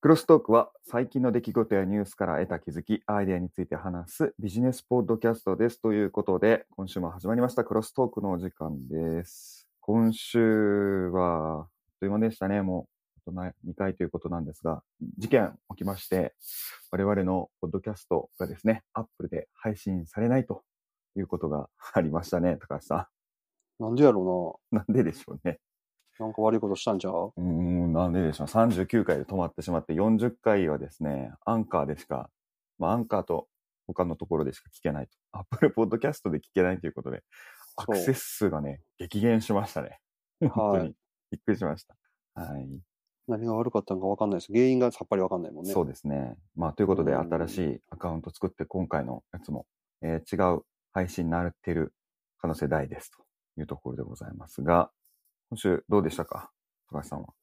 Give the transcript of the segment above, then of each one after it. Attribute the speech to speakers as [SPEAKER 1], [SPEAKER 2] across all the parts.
[SPEAKER 1] クロストークは最近の出来事やニュースから得た気づき、アイデアについて話すビジネスポッドキャストです。ということで、今週も始まりましたクロストークのお時間です。今週は、あっという間でしたね。もう、2回ということなんですが、事件起きまして、我々のポッドキャストがですね、Apple で配信されないということがありましたね、高橋さ
[SPEAKER 2] なんでやろ
[SPEAKER 1] ん。なんででしょうね。
[SPEAKER 2] うな。なんか悪いことしたんちゃう
[SPEAKER 1] うーん、なんででしょう。39回で止まってしまって、40回はですね、アンカーでしか、まあ、アンカーと他のところでしか聞けないと。Apple Podcast で聞けないということで、ア
[SPEAKER 2] そう
[SPEAKER 1] クセス数がね、激減しましたね。本当に。
[SPEAKER 2] はい
[SPEAKER 1] びっくりしました。はい。
[SPEAKER 2] 何が悪かったのか分かんないです。原因がさっぱり分かんないもんね。
[SPEAKER 1] そうですね。まあ、ということで、
[SPEAKER 2] うん
[SPEAKER 1] 新しいアカウント作って、今回のやつも、えー違う配信になってる可能性大ですというところでございますが、今週どうでしたか高橋さんは。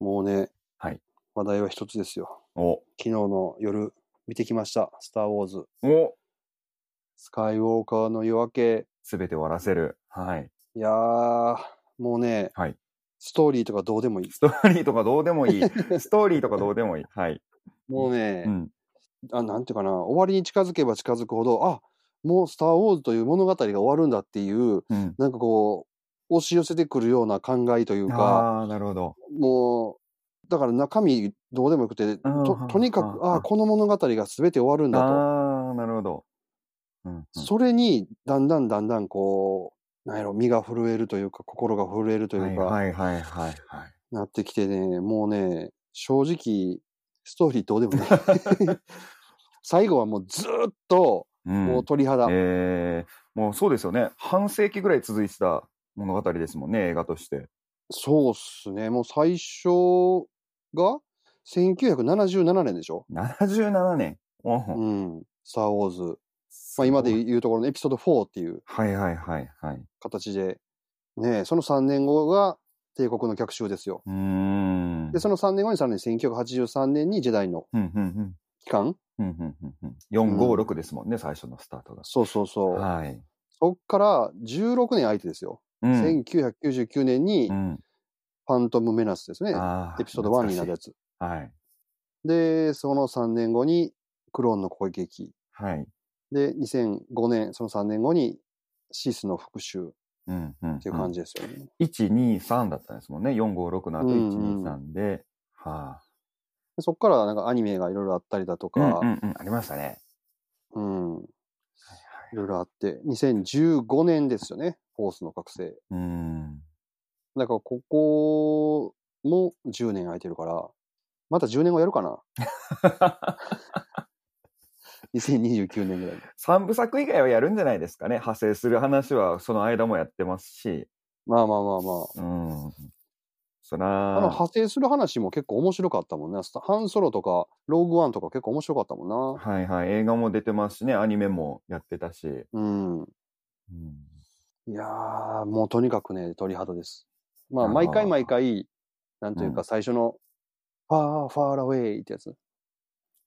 [SPEAKER 2] もうね、
[SPEAKER 1] はい
[SPEAKER 2] 話題は一つですよ。
[SPEAKER 1] お
[SPEAKER 2] 昨日の夜、見てきました。スター・ウォーズ。
[SPEAKER 1] お
[SPEAKER 2] スカイウォーカーの夜明け。
[SPEAKER 1] すべて終わらせる。はい。
[SPEAKER 2] いやー、もうね、
[SPEAKER 1] はい。
[SPEAKER 2] ストーリーとかどうでもいい。
[SPEAKER 1] ストーリーとかどうでもいい。ストーリーとかどうでもいい。はい。
[SPEAKER 2] もうね、
[SPEAKER 1] うん。
[SPEAKER 2] あ、なんていうかな、終わりに近づけば近づくほど、あもうスター・ウォーズという物語が終わるんだっていう、
[SPEAKER 1] うん。
[SPEAKER 2] なんかこう、押し寄せてくるような考えというか、
[SPEAKER 1] ああ、なるほど。
[SPEAKER 2] もう、だから中身どうでもよくて、
[SPEAKER 1] うん
[SPEAKER 2] ととにか
[SPEAKER 1] うん
[SPEAKER 2] く、ああ、この物語が全て終わるんだ
[SPEAKER 1] ああ、なるほど。うん、うん。
[SPEAKER 2] と。それに、だんだんだんだんこう、なんやろ、身が震えるというか、心が震えるというか、
[SPEAKER 1] はいはいはいはいはい。
[SPEAKER 2] なってきてね、もうね、正直、ストーリーどうでもない。 最後はもうずーっと、
[SPEAKER 1] うん、
[SPEAKER 2] もう鳥肌。
[SPEAKER 1] えー、もうそうですよね。半世紀ぐらい続いてた物語ですもんね、映画として。
[SPEAKER 2] そうっすね、もう最初が、1977年でしょ
[SPEAKER 1] 77年。おう
[SPEAKER 2] うん。スター・ウォーズ。まあ今で言うところのエピソード4っていう
[SPEAKER 1] はいはいはいはい。
[SPEAKER 2] 形で、ねえ、その3年後が帝国の逆襲ですよ。
[SPEAKER 1] うーん。
[SPEAKER 2] で、その3年後にさらに1983年にジェダイの
[SPEAKER 1] うんうん
[SPEAKER 2] 帰還
[SPEAKER 1] うん。うんうんうんうん。456ですもんね、最初のスタートが。
[SPEAKER 2] そうそうそう。
[SPEAKER 1] はい。
[SPEAKER 2] そっから16年空いてですよ。
[SPEAKER 1] うん。
[SPEAKER 2] 1999年に
[SPEAKER 1] うん
[SPEAKER 2] ファントム・メナスですね。
[SPEAKER 1] あー
[SPEAKER 2] エピソード1になるやつ。
[SPEAKER 1] はい。
[SPEAKER 2] で、その3年後にクローンの攻撃。
[SPEAKER 1] はい。
[SPEAKER 2] で、2005年、その3年後にシスの復讐っ
[SPEAKER 1] うんうん、
[SPEAKER 2] ていう感じですよね。
[SPEAKER 1] 1、2、3だったんですもんね。4、5、6の後、
[SPEAKER 2] うん
[SPEAKER 1] 1、
[SPEAKER 2] うん
[SPEAKER 1] 2、3で。は
[SPEAKER 2] でそっからなんかアニメがいろいろあったりだと
[SPEAKER 1] あ。うん
[SPEAKER 2] か
[SPEAKER 1] う、んうん。ありましたね。
[SPEAKER 2] うん、いろいろあって、2015年ですよね、フォースの覚醒。
[SPEAKER 1] うん。
[SPEAKER 2] だからここも10年空いてるから、また10年後やるかな ?2029 年ぐらいに。
[SPEAKER 1] 三部作以外はやるんじゃないですかね。派生する話はその間もやってますし。
[SPEAKER 2] まあまあまあま
[SPEAKER 1] うん。そ
[SPEAKER 2] あ。あの
[SPEAKER 1] ら、
[SPEAKER 2] 派生する話も結構面白かったもんね。スタハンソロとか、ローグワンとか結構面白かったもんな。
[SPEAKER 1] はいはい。映画も出てますしね。アニメもやってたし。
[SPEAKER 2] うん。
[SPEAKER 1] うん、
[SPEAKER 2] いやー、もうとにかくね、鳥肌です。まあ、
[SPEAKER 1] あー
[SPEAKER 2] 毎回毎回、なんという
[SPEAKER 1] う
[SPEAKER 2] か最初の、ファー、ファーラウェイってやつ。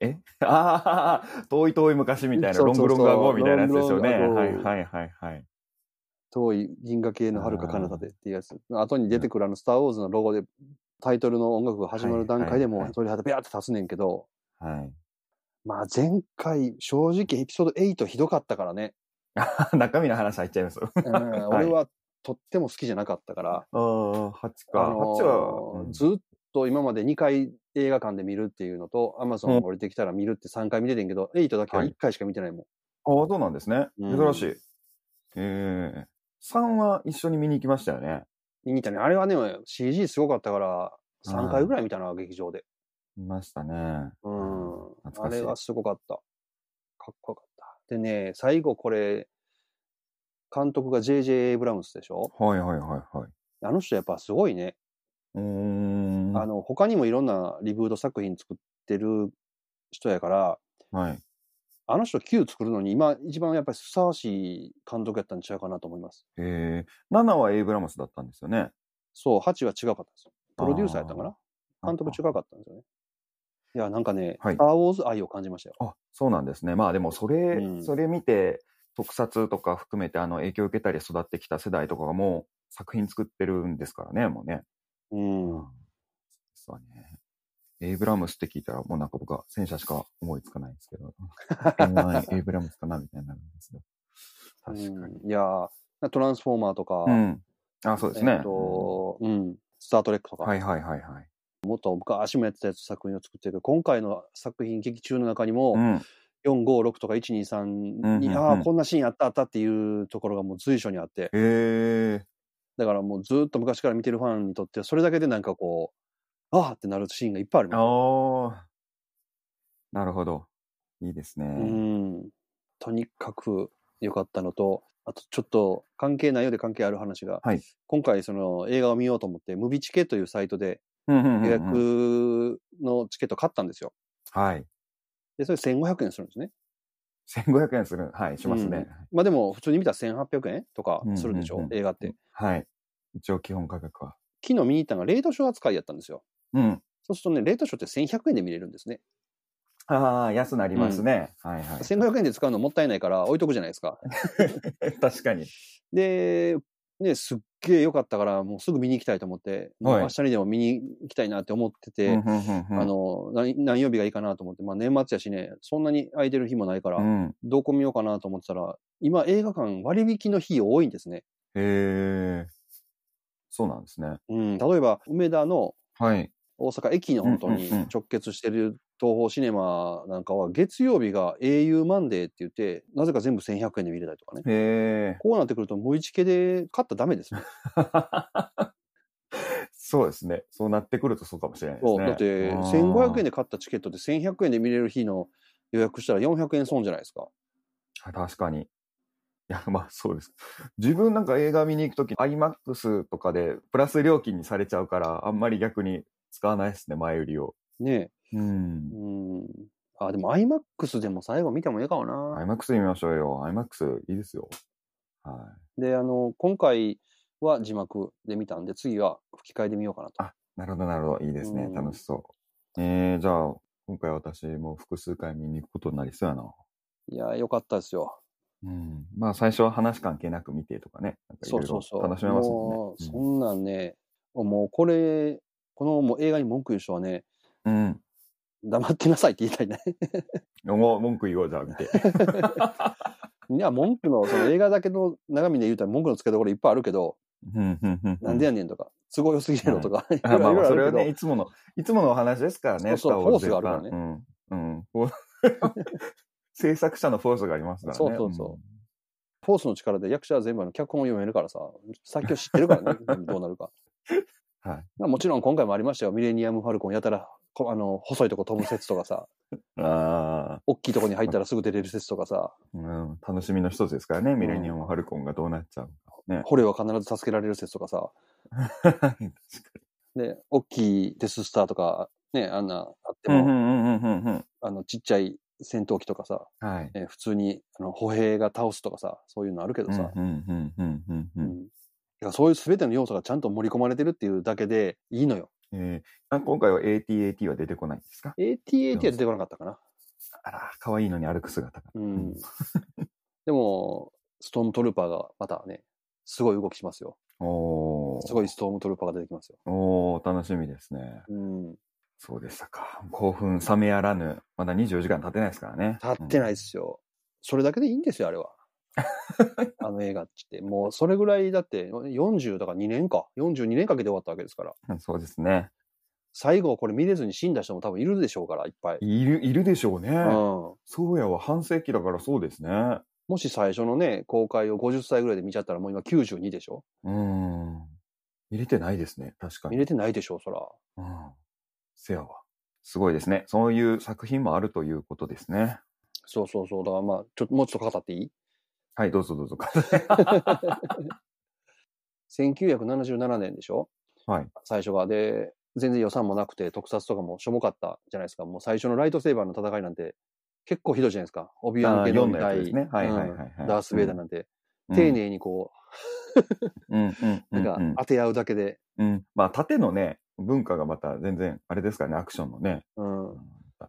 [SPEAKER 1] え ああ、遠い遠い昔みたいな、
[SPEAKER 2] そ
[SPEAKER 1] ロ
[SPEAKER 2] う
[SPEAKER 1] ン
[SPEAKER 2] そうそう
[SPEAKER 1] グロングアゴーみたいなやつですよね。
[SPEAKER 2] ロングロング
[SPEAKER 1] は
[SPEAKER 2] ア
[SPEAKER 1] い
[SPEAKER 2] ゴー
[SPEAKER 1] はいはいはい。
[SPEAKER 2] 遠い銀河系の遥か彼方でっていうやつ。後に出てくるあの、スター・ウォーズのロゴで、タイトルの音楽が始まる段階で
[SPEAKER 1] はいはい
[SPEAKER 2] も
[SPEAKER 1] は
[SPEAKER 2] う
[SPEAKER 1] い
[SPEAKER 2] 鳥肌ビャーって立つねんけど、
[SPEAKER 1] はい
[SPEAKER 2] まあ前回、正直エピソード8ひどかったからね。
[SPEAKER 1] あ。 中身の話入っちゃいます。あ
[SPEAKER 2] うん俺はとっても好きじゃなかったから、
[SPEAKER 1] あ、8か。
[SPEAKER 2] あの
[SPEAKER 1] 8は、
[SPEAKER 2] ー
[SPEAKER 1] うん
[SPEAKER 2] ずっと今まで2回映画館で見るっていうのと、アマゾン降りてきたら見るって3回見ててんけど、8だけは1回しか見てないも
[SPEAKER 1] ああ、そうなんですね。
[SPEAKER 2] うん
[SPEAKER 1] 珍しい。ええ3は一緒に見に行きましたよね。
[SPEAKER 2] ん。見に行ったね。あれはね、CG すごかったから、3回ぐらい見たな、劇場で。
[SPEAKER 1] 見ましたね。
[SPEAKER 2] うん。あ
[SPEAKER 1] 懐かし
[SPEAKER 2] れ
[SPEAKER 1] い。
[SPEAKER 2] はすごかった。かっこよかった。でね、最後これ、監督が J.J. エイブラムスでしょ
[SPEAKER 1] はいはいはいはい。
[SPEAKER 2] あの人やっぱすごいね。
[SPEAKER 1] うーん。
[SPEAKER 2] あの、他にもいろんなリブート作品作ってる人やから、
[SPEAKER 1] はい。
[SPEAKER 2] あの人 Q 作るのに今一番やっぱりふさわしい監督やったんちゃうかなと思います。
[SPEAKER 1] ええ7はエイブラムスだったんですよね。
[SPEAKER 2] そう、8は違うかったんですよ。プロデューサーやったんかな
[SPEAKER 1] あー
[SPEAKER 2] 監督違うかったんですよね。いや、なんかね、
[SPEAKER 1] はい
[SPEAKER 2] スター・ウォーズ愛を感じましたよ。
[SPEAKER 1] あ、そうなんですね。まあでもそれ、
[SPEAKER 2] うん
[SPEAKER 1] それ見て、特撮とか含めてあの影響を受けたり育ってきた世代とかがもう作品作ってるんですからね、もうね。
[SPEAKER 2] うん。
[SPEAKER 1] そうね。エイブラムスって聞いたら、もうなんか僕は戦車しか思いつかないんですけ ど、M1 エイブラムスかなみたいになるんですよ。確かに。
[SPEAKER 2] うんいやートランスフォーマーとか、
[SPEAKER 1] うん。あ、そうですね。
[SPEAKER 2] えっと、うん、スタートレックとか、
[SPEAKER 1] はいはいはいはい。
[SPEAKER 2] もっと昔もやってたやつ作品を作ってるけど、今回の作品、劇中の中にも、
[SPEAKER 1] うん。
[SPEAKER 2] 4、5、6とか1、2、3に、
[SPEAKER 1] うんうんうん
[SPEAKER 2] ああ、こんなシーンあったあったっていうところがもう随所にあって、
[SPEAKER 1] へえ。
[SPEAKER 2] だからもうずっと昔から見てるファンにとって、それだけでなんかこう、ああってなるシーンがいっぱいあるみたいな
[SPEAKER 1] ああ。なるほど。いいですね。
[SPEAKER 2] うん。とにかく良かったのと、あとちょっと関係ないようで関係ある話が、
[SPEAKER 1] はい
[SPEAKER 2] 今回その映画を見ようと思って、ムビチケというサイトで
[SPEAKER 1] うんうんうん
[SPEAKER 2] 予
[SPEAKER 1] うん
[SPEAKER 2] 約のチケット買ったんですよ。
[SPEAKER 1] はい。
[SPEAKER 2] で、それ1500円するんですね。
[SPEAKER 1] 1500円する。はい、しますね。
[SPEAKER 2] まあでも普通に見たら1800円とかするでしょ、
[SPEAKER 1] うんうんうん
[SPEAKER 2] 映画って。
[SPEAKER 1] はい。一応基本価格は。
[SPEAKER 2] 昨日見に行ったのがレートショー扱いやったんですよ。
[SPEAKER 1] うん。
[SPEAKER 2] そうするとね、レートショーって1100円で見れるんですね。
[SPEAKER 1] ああ、安なりますね。はいはい。
[SPEAKER 2] 1500円で使うのもったいないから置いとくじゃないですか。
[SPEAKER 1] 確かに。
[SPEAKER 2] で、ね、すっげえ良かったから、もうすぐ見に行きたいと思って、もう
[SPEAKER 1] はい
[SPEAKER 2] 明日にでも見に行きたいなって思ってて、
[SPEAKER 1] うんうんうんうん
[SPEAKER 2] あの何、何曜日がいいかなと思って、まあ年末やしね、そんなに空いてる日もないから、
[SPEAKER 1] うん。
[SPEAKER 2] どこ見ようかなと思ってたら、今映画館割引の日多いんですね。
[SPEAKER 1] へえ。そうなんですね。
[SPEAKER 2] うん、例えば、梅田の
[SPEAKER 1] はい。
[SPEAKER 2] 大阪駅の本当に
[SPEAKER 1] うんうんうん
[SPEAKER 2] 直結してる東宝シネマなんかは、月曜日が au マンデーって言って、なぜか全部1100円で見れたりとかね。
[SPEAKER 1] へえ。
[SPEAKER 2] こうなってくると、もう一系で買ったらダメですね。
[SPEAKER 1] そうですね。そうなってくるとそうかもしれないですね。
[SPEAKER 2] そうだって
[SPEAKER 1] あー
[SPEAKER 2] 1500円で買ったチケットで1100円で見れる日の予約したら400円損じゃないですか。
[SPEAKER 1] あ確かに。いや、まあそうです。自分なんか映画見に行くとき、IMAX とかでプラス料金にされちゃうから、あんまり逆に使わないですね、前売りを。
[SPEAKER 2] ね
[SPEAKER 1] う
[SPEAKER 2] え。
[SPEAKER 1] ん
[SPEAKER 2] う。ん。あ、でも IMAX でも最後見てもええかもな。
[SPEAKER 1] IMAX で見ましょうよ。IMAX いいですよ。は
[SPEAKER 2] で、あの、今回は字幕で見たんで、次は吹き替えで見ようかなと。
[SPEAKER 1] い。なるほど、なるほど。いいですね
[SPEAKER 2] う。ん
[SPEAKER 1] 楽しそう。えー、じゃあ、今回私も複数回見に行くことになりそうやな。
[SPEAKER 2] いやー、よかったですよ。
[SPEAKER 1] うん。まあ最初は話関係なく見てとかね。なんかい
[SPEAKER 2] そ
[SPEAKER 1] ろ
[SPEAKER 2] う
[SPEAKER 1] い
[SPEAKER 2] そ
[SPEAKER 1] ろ
[SPEAKER 2] うそう。
[SPEAKER 1] 楽しめますも
[SPEAKER 2] もう、そ
[SPEAKER 1] んね。
[SPEAKER 2] んなんね、もうこれ、このもう映画に文句言う人はね、
[SPEAKER 1] うん。
[SPEAKER 2] 黙ってなさいって言いたいね。
[SPEAKER 1] うんお文句言おう、じゃあ見て。
[SPEAKER 2] いや、文句の、その映画だけの長身で言うたら文句のつけどころいっぱいあるけど、
[SPEAKER 1] うんうんうんう
[SPEAKER 2] なんでやねんとか、都合良すぎやろとか、い
[SPEAKER 1] あ
[SPEAKER 2] ろい
[SPEAKER 1] まあ
[SPEAKER 2] ろ
[SPEAKER 1] まあ、
[SPEAKER 2] あ
[SPEAKER 1] それ
[SPEAKER 2] る
[SPEAKER 1] は
[SPEAKER 2] けど
[SPEAKER 1] ね、いつもの、いつものお話ですからね、
[SPEAKER 2] そうそう
[SPEAKER 1] スターウォズ
[SPEAKER 2] フォースがあるからね
[SPEAKER 1] 絶対うん。うん。フォー制作者のフォースがありますからね。
[SPEAKER 2] そうそうそうフォースの力で役者は全部あの脚本を読めるからさ、先を知ってるからね、 どうなるか。
[SPEAKER 1] はい
[SPEAKER 2] まあもちろん今回もありましたよ、ミレニアム・ファルコンやたら、こあの、細いとこ飛ぶ説とかさ、
[SPEAKER 1] うん。ああ、
[SPEAKER 2] 大きいとこに入ったらすぐ出れる説とかさ、
[SPEAKER 1] うん。楽しみの一つですからね、ミレニアム・ファルコンがどうなっちゃうのか。
[SPEAKER 2] 捕虜は必ず助けられる説とかさ、
[SPEAKER 1] ね。確かに。
[SPEAKER 2] で、大きいデススターとか、ね、あんなあっ
[SPEAKER 1] う
[SPEAKER 2] て
[SPEAKER 1] んう
[SPEAKER 2] も、
[SPEAKER 1] んうんうんうん
[SPEAKER 2] あの、ちっちゃい戦闘機とかさ、
[SPEAKER 1] うん。はい。
[SPEAKER 2] えー普通にあの歩兵が倒すとかさ、そういうのあるけど
[SPEAKER 1] うん
[SPEAKER 2] さ、
[SPEAKER 1] うんうんうんうんう。
[SPEAKER 2] うんんだからそういう全ての要素がちゃんと盛り込まれてるっていうだけでいいのよ。
[SPEAKER 1] えーあ今回は ATAT は出てこないんですか
[SPEAKER 2] ATAT は出てこなかったかな。
[SPEAKER 1] あら、可愛いのに歩く姿が。
[SPEAKER 2] うん。 でも、ストームトルーパーがまたね、すごい動きしますよ。
[SPEAKER 1] おー
[SPEAKER 2] すごいストームトルーパーが出てきますよ。
[SPEAKER 1] おー楽しみですね。
[SPEAKER 2] うん。
[SPEAKER 1] そうでしたか。興奮冷めやらぬ。まだ24時間経ってないですからね。
[SPEAKER 2] 立ってない
[SPEAKER 1] い。
[SPEAKER 2] ですよ。それだけでいいんですよ、あれは。あの映画っちって。もうそれぐらいだって、40だから2年か。42年かけて終わったわけですから。
[SPEAKER 1] うんそうですね。
[SPEAKER 2] 最後これ見れずに死んだ人も多分いるでしょうから、いっぱい。
[SPEAKER 1] いる、いるでしょうね。
[SPEAKER 2] うん。
[SPEAKER 1] そうやわ。半世紀だからそうですね。
[SPEAKER 2] もし最初のね、公開を50歳ぐらいで見ちゃったらもう今92でしょ
[SPEAKER 1] うん。入れてないですね。確か
[SPEAKER 2] 見
[SPEAKER 1] に。
[SPEAKER 2] れてないでしょ、そら。
[SPEAKER 1] うん。せやわ。すごいですね。そういう作品もあるということですね。
[SPEAKER 2] そうそうそう。だからまあ、ちょっともうちょっと語っていい
[SPEAKER 1] はい、どうぞどう ぞ。
[SPEAKER 2] 1977年でしょ
[SPEAKER 1] はい。
[SPEAKER 2] 最初が。で、全然予算もなくて、特撮とかもしょぼかったじゃないですか。もう最初のライトセーバーの戦いなんて、結構ひどいじゃないですか。オビアン・ケノ
[SPEAKER 1] 4
[SPEAKER 2] ン
[SPEAKER 1] のやつです
[SPEAKER 2] 対、
[SPEAKER 1] ね。はいはいはいはい、
[SPEAKER 2] うんダース・ベイダーなんて、
[SPEAKER 1] うん
[SPEAKER 2] 丁寧にこ
[SPEAKER 1] うんうん
[SPEAKER 2] う、
[SPEAKER 1] うん
[SPEAKER 2] な
[SPEAKER 1] うんん
[SPEAKER 2] か当て合うだけで、
[SPEAKER 1] うん。まあ、縦のね、文化がまた全然、あれですからね、アクションのね。
[SPEAKER 2] うん
[SPEAKER 1] うん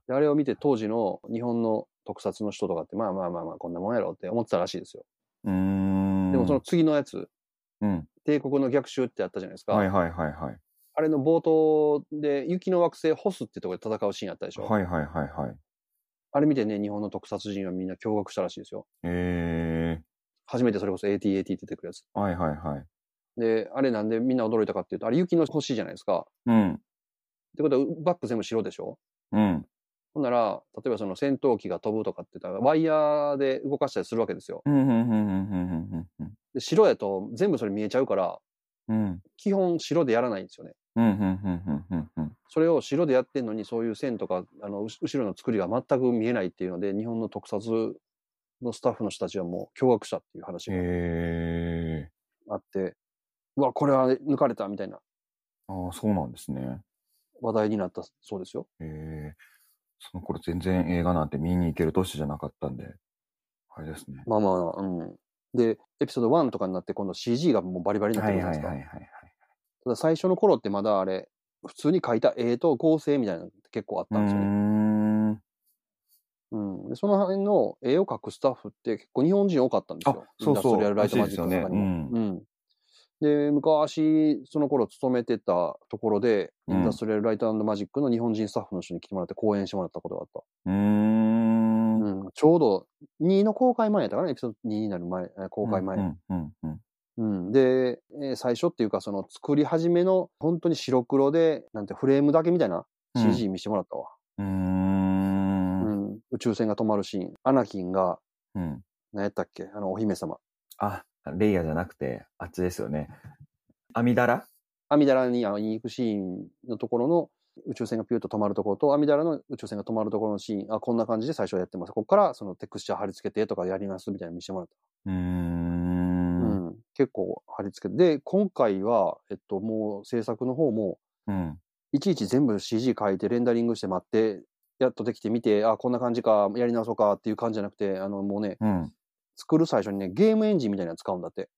[SPEAKER 2] であれを見て当時の日本の特撮の人とかって、まあまあまあまあ、こんなもんやろって思ってたらしいですよ。
[SPEAKER 1] うーん。
[SPEAKER 2] でもその、次のやつ、
[SPEAKER 1] うん。
[SPEAKER 2] 帝国の逆襲ってあったじゃないですか。
[SPEAKER 1] はいはいはいはい。
[SPEAKER 2] あれの冒頭で、雪の惑星ホスってとこで戦うシーンあったでしょ。
[SPEAKER 1] はいはいはいはい。
[SPEAKER 2] あれ見てね、日本の特撮人はみんな驚愕したらしいですよ。
[SPEAKER 1] え
[SPEAKER 2] 初めてそれこそ ATAT って出てくるやつ。
[SPEAKER 1] ー、はいはいはい。
[SPEAKER 2] で、あれなんでみんな驚いたかっていうと、あれ雪の星じゃないですか。
[SPEAKER 1] うん、
[SPEAKER 2] ってことは、うバック全部白でしょ
[SPEAKER 1] うん、
[SPEAKER 2] ほんなら、例えばその戦闘機が飛ぶとかって言ったら、ワイヤーで動かしたりするわけですよ。
[SPEAKER 1] うん、うん、うん、うん、うん、うん、
[SPEAKER 2] で白やと全部それ見えちゃうから、
[SPEAKER 1] うん、
[SPEAKER 2] 基本白でやらないんですよね。
[SPEAKER 1] うん、うん、うん、うん、うん。
[SPEAKER 2] それを白でやってんのに、そういう線とか、あの、うし後ろの作りが全く見えないっていうので、日本の特撮のスタッフの人たちはもう驚愕したっていう話が
[SPEAKER 1] え
[SPEAKER 2] あって、うわ、これは抜かれたみたいな
[SPEAKER 1] ー、ああ、そうなんですね。
[SPEAKER 2] 話題になったそうですよ。
[SPEAKER 1] えー、その頃全然映画なんて見に行ける年じゃなかったんで、あれですね。
[SPEAKER 2] まあまあ、うん。で、エピソード1とかになって、今度 CG がもうバリバリになっ
[SPEAKER 1] は
[SPEAKER 2] て
[SPEAKER 1] い
[SPEAKER 2] くるじゃ
[SPEAKER 1] は
[SPEAKER 2] ない
[SPEAKER 1] い
[SPEAKER 2] です
[SPEAKER 1] はい
[SPEAKER 2] か。
[SPEAKER 1] はいはい。
[SPEAKER 2] ただ最初の頃ってまだあれ、普通に描いた絵と合成みたいなのって結構あっ
[SPEAKER 1] うー
[SPEAKER 2] たんですよね。
[SPEAKER 1] ん。
[SPEAKER 2] うん。でその辺の絵を描くスタッフって結構日本人多かったんです
[SPEAKER 1] あ
[SPEAKER 2] よ。、
[SPEAKER 1] そうそう。
[SPEAKER 2] インダストリアルライトマ
[SPEAKER 1] らしい
[SPEAKER 2] ジ
[SPEAKER 1] で
[SPEAKER 2] ッ
[SPEAKER 1] す
[SPEAKER 2] ク
[SPEAKER 1] よ
[SPEAKER 2] の
[SPEAKER 1] ね。
[SPEAKER 2] 中
[SPEAKER 1] う
[SPEAKER 2] にも。
[SPEAKER 1] ん。
[SPEAKER 2] うん。で、昔、その頃勤めてたところで、
[SPEAKER 1] う
[SPEAKER 2] イ
[SPEAKER 1] ん
[SPEAKER 2] ンダストリアルライトマジックの日本人スタッフの人に来てもらって講演してもらったことがあった。
[SPEAKER 1] うーん。
[SPEAKER 2] うん。ちょうど2の公開前やったかな、エピソード2になる前、えー公開前。
[SPEAKER 1] う
[SPEAKER 2] うん
[SPEAKER 1] んうんうん
[SPEAKER 2] で、えー最初っていうか、その作り始めの、本当に白黒で、なんてフレームだけみたいな
[SPEAKER 1] うん
[SPEAKER 2] CG 見してもらったわ。
[SPEAKER 1] うん。うー。
[SPEAKER 2] うんん。宇宙船が止まるシーン。アナキンが、
[SPEAKER 1] うん。
[SPEAKER 2] 何やったっけあの、お姫様。
[SPEAKER 1] あ、レイヤーじゃなくて、あっちですよね。阿弥陀羅
[SPEAKER 2] アミダラにあの行くシーンのところの宇宙船がピューッと止まるところと、アミダラの宇宙船が止まるところのシーン、あ、こんな感じで最初はやってます。ここからそのテクスチャー貼り付けてとかやりますみたいなの見せてもらっ
[SPEAKER 1] うーん。
[SPEAKER 2] た。うん。結構貼り付けて。で、今回は、えっと、もう制作の方も、
[SPEAKER 1] うん。
[SPEAKER 2] いちいち全部 CG 書いてレンダリングして待って、やっとできてみて、あ、こんな感じか、やり直そうかっていう感じじゃなくて、あの、もうね、
[SPEAKER 1] うん。
[SPEAKER 2] 作る最初にね、ゲームエンジンみたいなの使うんだって。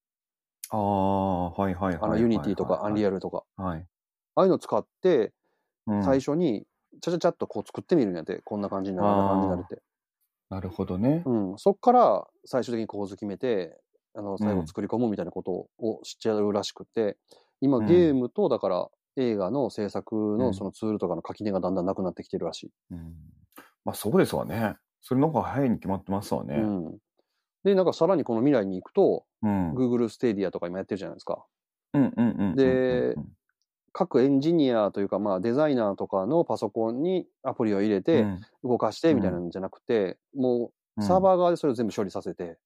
[SPEAKER 1] ああ、はいはいはい。
[SPEAKER 2] あの、ユニティとか、アンリ
[SPEAKER 1] ア。
[SPEAKER 2] アルとか。
[SPEAKER 1] はい。
[SPEAKER 2] ああいうの使って、
[SPEAKER 1] うん
[SPEAKER 2] 最初に、ちゃちゃちゃっとこう作ってみるんやって、こんな感じになる、
[SPEAKER 1] あー
[SPEAKER 2] こんな感じになるって。
[SPEAKER 1] なるほどね。
[SPEAKER 2] うん。そっから、最終的に構図決めて、あの、最
[SPEAKER 1] う
[SPEAKER 2] 後
[SPEAKER 1] ん
[SPEAKER 2] 作り込むみたいなことをしちゃうらしくて、
[SPEAKER 1] う
[SPEAKER 2] 今、
[SPEAKER 1] ん
[SPEAKER 2] ゲームと、だから、映画の制作
[SPEAKER 1] う
[SPEAKER 2] の
[SPEAKER 1] ん
[SPEAKER 2] そのツールとかの垣根がだんだんなくなってきてるらしい。
[SPEAKER 1] うん。まあそうですわね。それの方が早いに決まってますわ
[SPEAKER 2] う
[SPEAKER 1] ね。
[SPEAKER 2] ん。で、なんかさらにこの未来に行くと、
[SPEAKER 1] うん。うん
[SPEAKER 2] Google Stadia とか今やってるじゃないですか。
[SPEAKER 1] うんうんうん。
[SPEAKER 2] で
[SPEAKER 1] うん
[SPEAKER 2] 各エンジニアというか、まあ、デザイナーとかのパソコンにアプリを入れて、動かしてみたいなんじゃなくて、もう、サー
[SPEAKER 1] ー。
[SPEAKER 2] バー側でそれを全部処理させて、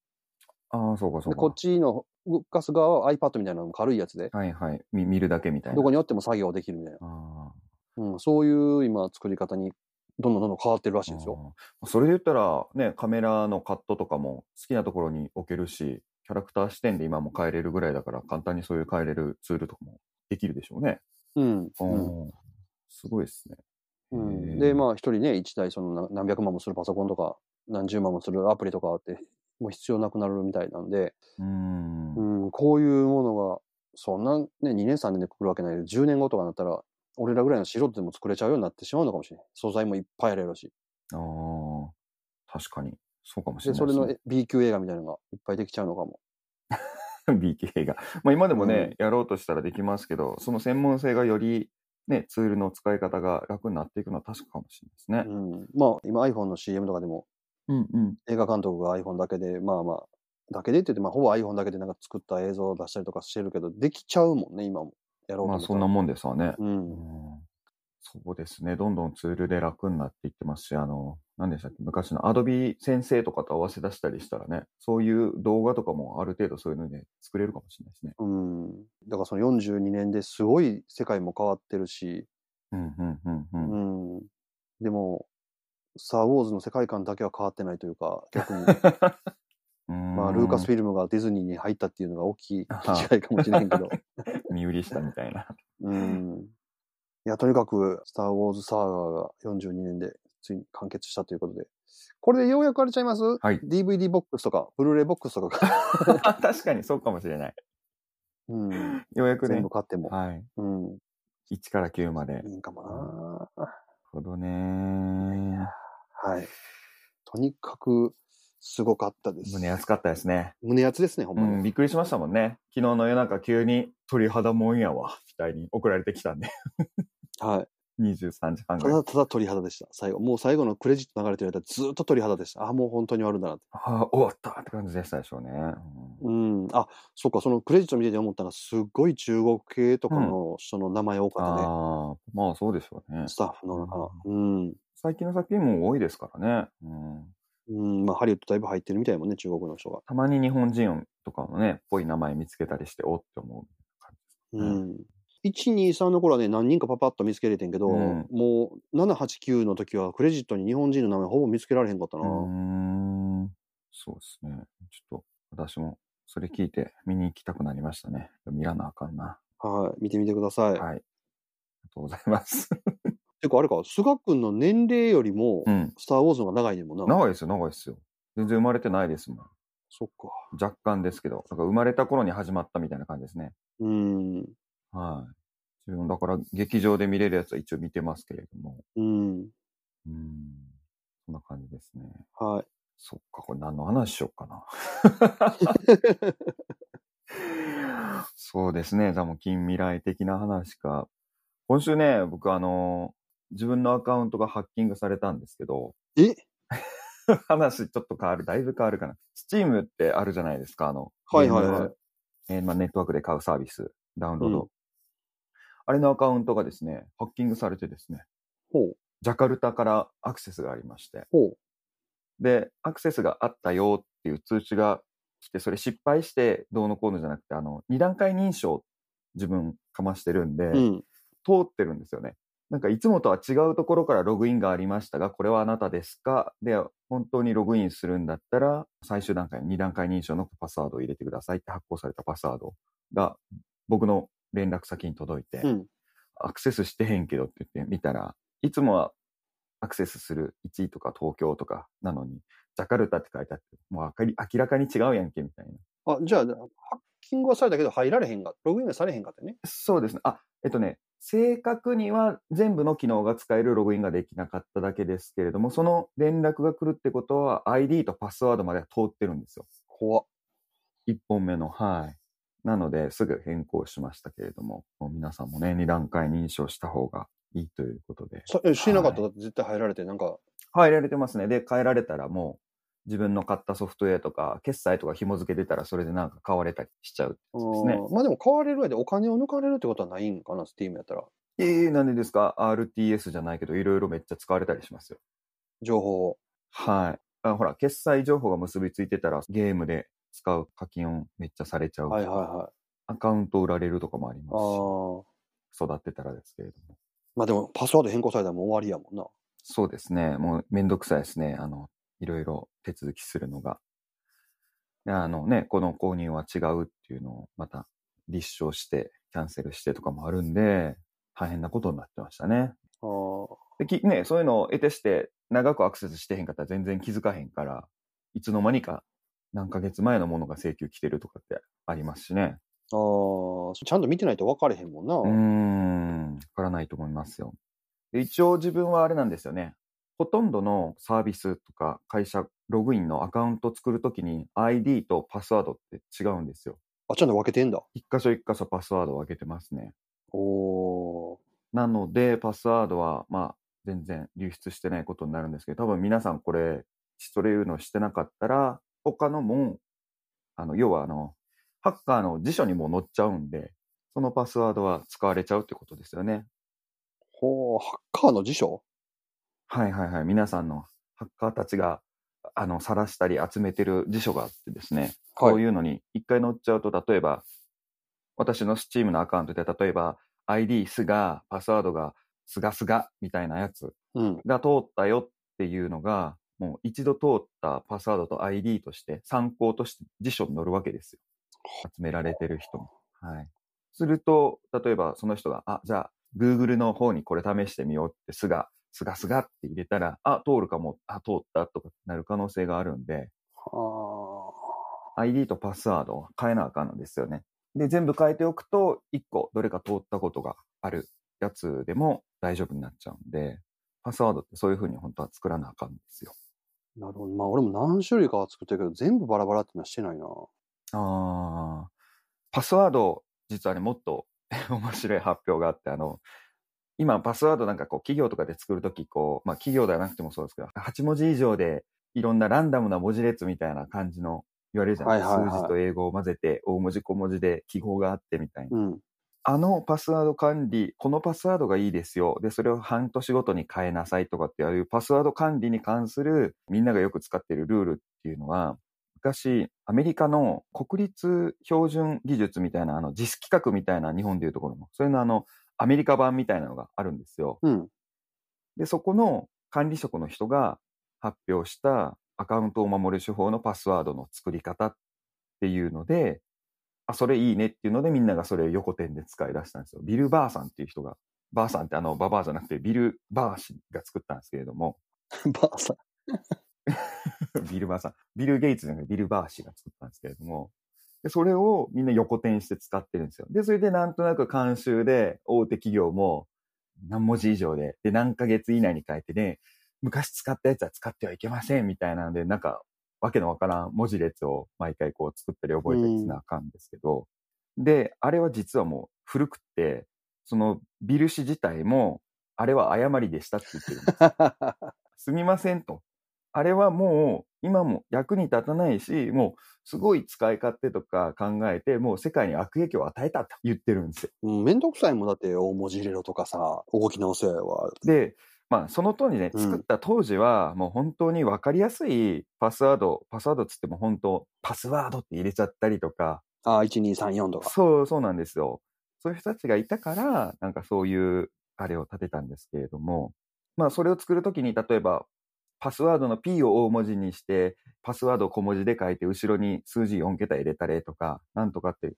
[SPEAKER 1] ああ、そうかそうか。
[SPEAKER 2] でこっちの動かす側は iPad みたいなの軽いやつで、
[SPEAKER 1] はいはい。み見るだけみたいな。
[SPEAKER 2] どこにおっても作業できるみたいな、
[SPEAKER 1] ああ
[SPEAKER 2] うん、そういう今作り方にどんどんどんどん変わってるらしいんですよ。
[SPEAKER 1] あーそれで言ったら、ね、カメラのカットとかも好きなところに置けるし、キャラクター視点で今も変えれるぐらいだから、簡単にそういう変えれるツールとかもできるでしょうね。
[SPEAKER 2] うんうん
[SPEAKER 1] うん、すごいですね。
[SPEAKER 2] うん、
[SPEAKER 1] へー
[SPEAKER 2] でまあ一人ね一台そのな何百万もするパソコンとか何十万もするアプリとかあってもう必要なくなるみたいなんで、
[SPEAKER 1] うーん。
[SPEAKER 2] う、
[SPEAKER 1] うん
[SPEAKER 2] こういうものがそんなね2年3年で来るわけないけど10年後とかになったら俺らぐらいの素人でも作れちゃうようになってしまうのかもしれない素材もいっぱいあるやろうし
[SPEAKER 1] ああ、確かに。そうかもしれ
[SPEAKER 2] で、
[SPEAKER 1] ない
[SPEAKER 2] そ
[SPEAKER 1] で
[SPEAKER 2] れ
[SPEAKER 1] す
[SPEAKER 2] の
[SPEAKER 1] ね。
[SPEAKER 2] え B 級映画みたいなのがいっぱいできちゃうのかも。
[SPEAKER 1] BK が。まあ今でもね、やろうとしたらできますけど、その専門性がより、ね、ツールの使い方が楽になっていくのは確かかもしれないうですね。
[SPEAKER 2] ん、まあ、今 iPhone の CM とかでも
[SPEAKER 1] うんうん。
[SPEAKER 2] 映画監督が iPhone だけで、まあまあ、だけでって言って、まあ、ほぼ iPhone だけでなんか作った映像を出したりとかしてるけど、できちゃうもんね、今も。やろうと
[SPEAKER 1] ま
[SPEAKER 2] 思
[SPEAKER 1] あ
[SPEAKER 2] った
[SPEAKER 1] そ
[SPEAKER 2] ら
[SPEAKER 1] んなもんですわね。
[SPEAKER 2] うん。
[SPEAKER 1] うんそうですね。どんどんツールで楽になっていってますし、あの、何でしたっけ、昔の Adobe 先生とかと合わせ出したりしたらね、そういう動画とかもある程度そういうので作れるかもしれないですね。
[SPEAKER 2] うん。だからその42年ですごい世界も変わってるし、
[SPEAKER 1] うん、うん、うん、うん。
[SPEAKER 2] うん。でも、スター・ウォーズの世界観だけは変わってないというか、逆 に、 まあ、ルーカスフィルムがディズニーに入ったっていうのが大きい違いかもしれへんけど。
[SPEAKER 1] ィ見売りしたみたいな。
[SPEAKER 2] うん。いや、とにかく、スター・ウォーズ・サーガーが42年で、ついに完結したということで。これでようやくあれちゃいます、
[SPEAKER 1] はい
[SPEAKER 2] ?DVD ボックスとか、ブルーレイボックスとか が、
[SPEAKER 1] 確かにそうかもしれない。
[SPEAKER 2] うん、
[SPEAKER 1] ようやく
[SPEAKER 2] 全
[SPEAKER 1] ね
[SPEAKER 2] 部、買っても、
[SPEAKER 1] は
[SPEAKER 2] うん、
[SPEAKER 1] い。1から9まで。ないる
[SPEAKER 2] いんかもな、
[SPEAKER 1] ほどね。
[SPEAKER 2] はい。とにかく、すごかったです。
[SPEAKER 1] 胸熱かったですね。
[SPEAKER 2] 胸熱ですね、ほん
[SPEAKER 1] う
[SPEAKER 2] まに。
[SPEAKER 1] ん、びっくりしましたもんね。昨日の夜中急に鳥肌もんやわ、みたいに送られてきたんで、
[SPEAKER 2] はい。
[SPEAKER 1] 23時半ぐ
[SPEAKER 2] た
[SPEAKER 1] らい。
[SPEAKER 2] だただ鳥肌でした。最後。もう最後のクレジット流れてる間ずっと鳥肌でした。あ、もう本当に終わるんだなって。
[SPEAKER 1] ああ、終わったって感じでしたでしょうね。うん
[SPEAKER 2] うん。あ、そっか、そのクレジット見てて思ったのは、すっごい中国系とかの人の名前多かったね。
[SPEAKER 1] ああ、まあそうでしょうね。
[SPEAKER 2] スタッフの中の。うん。
[SPEAKER 1] 最近の作品も多いですからね。うん、
[SPEAKER 2] うん。まあ、ハリウッドだいぶ入ってるみたいもんね、中国の人が。
[SPEAKER 1] たまに日本人とかのね、っぽい名前見つけたりして、おって思う感
[SPEAKER 2] う
[SPEAKER 1] うん
[SPEAKER 2] ん。1、2、3の頃はね、何人かパパッと見つけれてんけど、
[SPEAKER 1] うん
[SPEAKER 2] もう、7、8、9の時はクレジットに日本人の名前ほぼ見つけられへんかった
[SPEAKER 1] う
[SPEAKER 2] な。
[SPEAKER 1] ーん、そうですね。ちょっと私もそれ聞いて見に行きたくなりましたね。見らなあかんな。
[SPEAKER 2] はい。見てみてください。
[SPEAKER 1] はい。ありがとうございます。
[SPEAKER 2] てか、あれか、菅君の年齢よりも
[SPEAKER 1] う、ん。
[SPEAKER 2] スター・ウォーズの方が長いねんもんな。
[SPEAKER 1] 長いですよ、長いですよ。全然生まれてないですもん。
[SPEAKER 2] そっか。
[SPEAKER 1] 若干ですけど。だから生まれた頃に始まったみたいな感じですね。
[SPEAKER 2] うん。
[SPEAKER 1] はい。自分だから劇場で見れるやつは一応見てますけれども。
[SPEAKER 2] うん。
[SPEAKER 1] うん。そんな感じですね。
[SPEAKER 2] はい。
[SPEAKER 1] そっか、これ何の話しよっかな。 そうですね。じゃあもう近未来的な話か。今週ね、僕あの、自分のアカウントがハッキングされたんですけど、
[SPEAKER 2] え
[SPEAKER 1] 話ちょっと変わる。だいぶ変わるかな。Steam ってあるじゃないですか、あの、
[SPEAKER 2] はいはい
[SPEAKER 1] ゲ
[SPEAKER 2] はい
[SPEAKER 1] ームえーまあ、ネットワークで買うサービス、ダウンロード。あれのアカウントがですね、ハッキングされてですね、
[SPEAKER 2] ほう。
[SPEAKER 1] ジャカルタからアクセスがありまして、
[SPEAKER 2] ほう。
[SPEAKER 1] で、アクセスがあったよっていう通知が来て、それ失敗してどうのこうのじゃなくて、あの、二段階認証自分かましてるんで、
[SPEAKER 2] うん。
[SPEAKER 1] 通ってるんですよね。なんかいつもとは違うところからログインがありましたが、これはあなたですかで、本当にログインするんだったら、最終段階、二段階認証のパスワードを入れてくださいって発行されたパスワードが僕の連絡先に届いて、
[SPEAKER 2] うん。
[SPEAKER 1] アクセスしてへんけどって言ってみたら、いつもはアクセスする1位とか東京とかなのに、ジャカルタって書いてあって、もうあかり明らかに違うやんけみたいな。
[SPEAKER 2] あ、じゃあ、ハッキングはされたけど入られへんが、ログインはされへんかってね。
[SPEAKER 1] そうですね。あ、えっとね、正確には全部の機能が使えるログインができなかっただけですけれども、その連絡が来るってことは ID とパスワードまでは通ってるんですよ。
[SPEAKER 2] 怖っ。
[SPEAKER 1] 1本目の。はい。なので、すぐ変更しましたけれども、もう皆さんもね、2段階認証した方がいいということで。
[SPEAKER 2] さえ知らなかった、
[SPEAKER 1] は
[SPEAKER 2] だって絶対入られて、なんか、
[SPEAKER 1] 入られてますね。で、変えられたらもう、自分の買ったソフトウェアとか、決済とか紐付けてたら、それでなんか買われたりしちゃうってやつですね。
[SPEAKER 2] うんまあでも買われる上でお金を抜かれるってことはないんかな、スティームやったら。
[SPEAKER 1] ええなんでですか ?RTS じゃないけど、いろいろめっちゃ使われたりしますよ。
[SPEAKER 2] 情報を。
[SPEAKER 1] はい。あほら、決済情報が結びついてたら、ゲームで使う課金をめっちゃされちゃうとか、
[SPEAKER 2] はいはいはい。
[SPEAKER 1] アカウント売られるとかもあり
[SPEAKER 2] あ
[SPEAKER 1] ま
[SPEAKER 2] あ。
[SPEAKER 1] すし、育ってたらですけれども。
[SPEAKER 2] まあでも、パスワード変更されたらもう終わりやもんな。
[SPEAKER 1] そうですね。もうめんどくさいですね。あの、いろいろ手続きするのが。であのね、この購入は違うっていうのをまた立証して、キャンセルしてとかもあるんで、大変なことになってましたね。
[SPEAKER 2] あー
[SPEAKER 1] できね、そういうのを得てして、長くアクセスしてへんかったら全然気づかへんから、いつの間にか何ヶ月前のものが請求来てるとかってありますしね。
[SPEAKER 2] あー。ちゃんと見てないと分かれへんもんな。
[SPEAKER 1] うーん、わからないと思いますよ。で一応自分はあれなんですよね。ほとんどのサービスとか会社、ログインのアカウント作るときに ID とパスワードって違うんですよ。
[SPEAKER 2] あ、ちゃんと分けてんだ。
[SPEAKER 1] 一箇所一箇所パスワードを分けてますね。
[SPEAKER 2] おー。
[SPEAKER 1] なので、パスワードは、まあ、全然流出してないことになるんですけど、多分皆さんこれ、それいうのしてなかったら、他のも、あの、要はあの、ハッカーの辞書にも載っちゃうんで、そのパスワードは使われちゃうってことですよね。
[SPEAKER 2] ほう、ハッカーの辞書
[SPEAKER 1] はいはいはい。皆さんのハッカーたちが、あの、晒したり集めてる辞書があってですね、こう
[SPEAKER 2] い。
[SPEAKER 1] いうのに一回載っちゃうと、例えば、私の Steam のアカウントで、例えば、ID すが、パスワードがすがすがみたいなやつ
[SPEAKER 2] うん。
[SPEAKER 1] が通ったよっていうのが、もう一度通ったパスワードと ID として、参考として辞書に載るわけですよ。集められてる人も。はい。すると、例えばその人が、あ、じゃあ、Google の方にこれ試してみようって、すが、すがすがって入れたら、あ、通るかも、あ、通ったとかなる可能性があるんで、
[SPEAKER 2] あー
[SPEAKER 1] ID とパスワードを変えなあかんのですよね。で、全部変えておくと、1個どれか通ったことがあるやつでも大丈夫になっちゃうんで、パスワードってそういうふうに本当は作らなあかんんですよ。
[SPEAKER 2] なるほど。まあ俺も何種類かは作ってるけど、全部バラバラってのはしてないな。
[SPEAKER 1] あーパスワード実はね、もっと 面白い発表があって、あの、今、パスワードなんかこう、企業とかで作るとき、こう、まあ、企業ではなくてもそうですけど、8文字以上で、いろんなランダムな文字列みたいな感じの、言われるじゃないですか。
[SPEAKER 2] はいはいはい
[SPEAKER 1] 数字と英語を混ぜて、大文字小文字で記号があってみたいな。
[SPEAKER 2] うん。
[SPEAKER 1] あのパスワード管理、このパスワードがいいですよ。で、それを半年ごとに変えなさいとかっていうパスワード管理に関するみんながよく使っているルールっていうのは、昔、アメリカの国立標準技術みたいな、あの、実規格みたいな日本でいうところの、それのあの、アメリカ版みたいなのがあるんですよ。
[SPEAKER 2] うん。
[SPEAKER 1] で、そこの管理職の人が発表したアカウントを守る手法のパスワードの作り方っていうので、あ、それいいねっていうのでみんながそれを横転で使い出したんですよ。ビル・バーさんっていう人が、バーさんってあの、ババアじゃなくてビル・バー氏が作ったんですけれども、
[SPEAKER 2] ばあさん。
[SPEAKER 1] ビル・バーさん、ビル・ゲイツじゃなくてビル・バー氏が作ったんですけれども、でそれをみんな横転して使ってるんですよ。で、それでなんとなく監修で大手企業も何文字以上で、で、何ヶ月以内に変えてね、昔使ったやつは使ってはいけませんみたいなので、なんか、わけのわからん文字列を毎回こう作ったり覚えたりしなあかんですけど、で、あれは実はもう古くって、そのビル氏自体も、あれは誤りでしたって言ってるんですすみませんと。あれはもう今も役に立たないし、もうすごい使い勝手とか考えて、もう世界に悪影響を与えたと言ってるんですよ。
[SPEAKER 2] うん、めんどくさいもんだって大文字入れろとかさ、動き直せは。
[SPEAKER 1] で、まあその通りね、
[SPEAKER 2] うん
[SPEAKER 1] 作った当時はもう本当にわかりやすいパスワード、パスワードっつっても本当、パスワードって入れちゃったりとか、
[SPEAKER 2] ああ、1234とか。
[SPEAKER 1] そう、そうなんですよ。そういう人たちがいたから、なんかそういうあれを立てたんですけれども、まあそれを作るときに、例えば、パスワードの P を大文字にして、パスワードを小文字で書いて、後ろに数字4桁入れたれとか、なんとかって、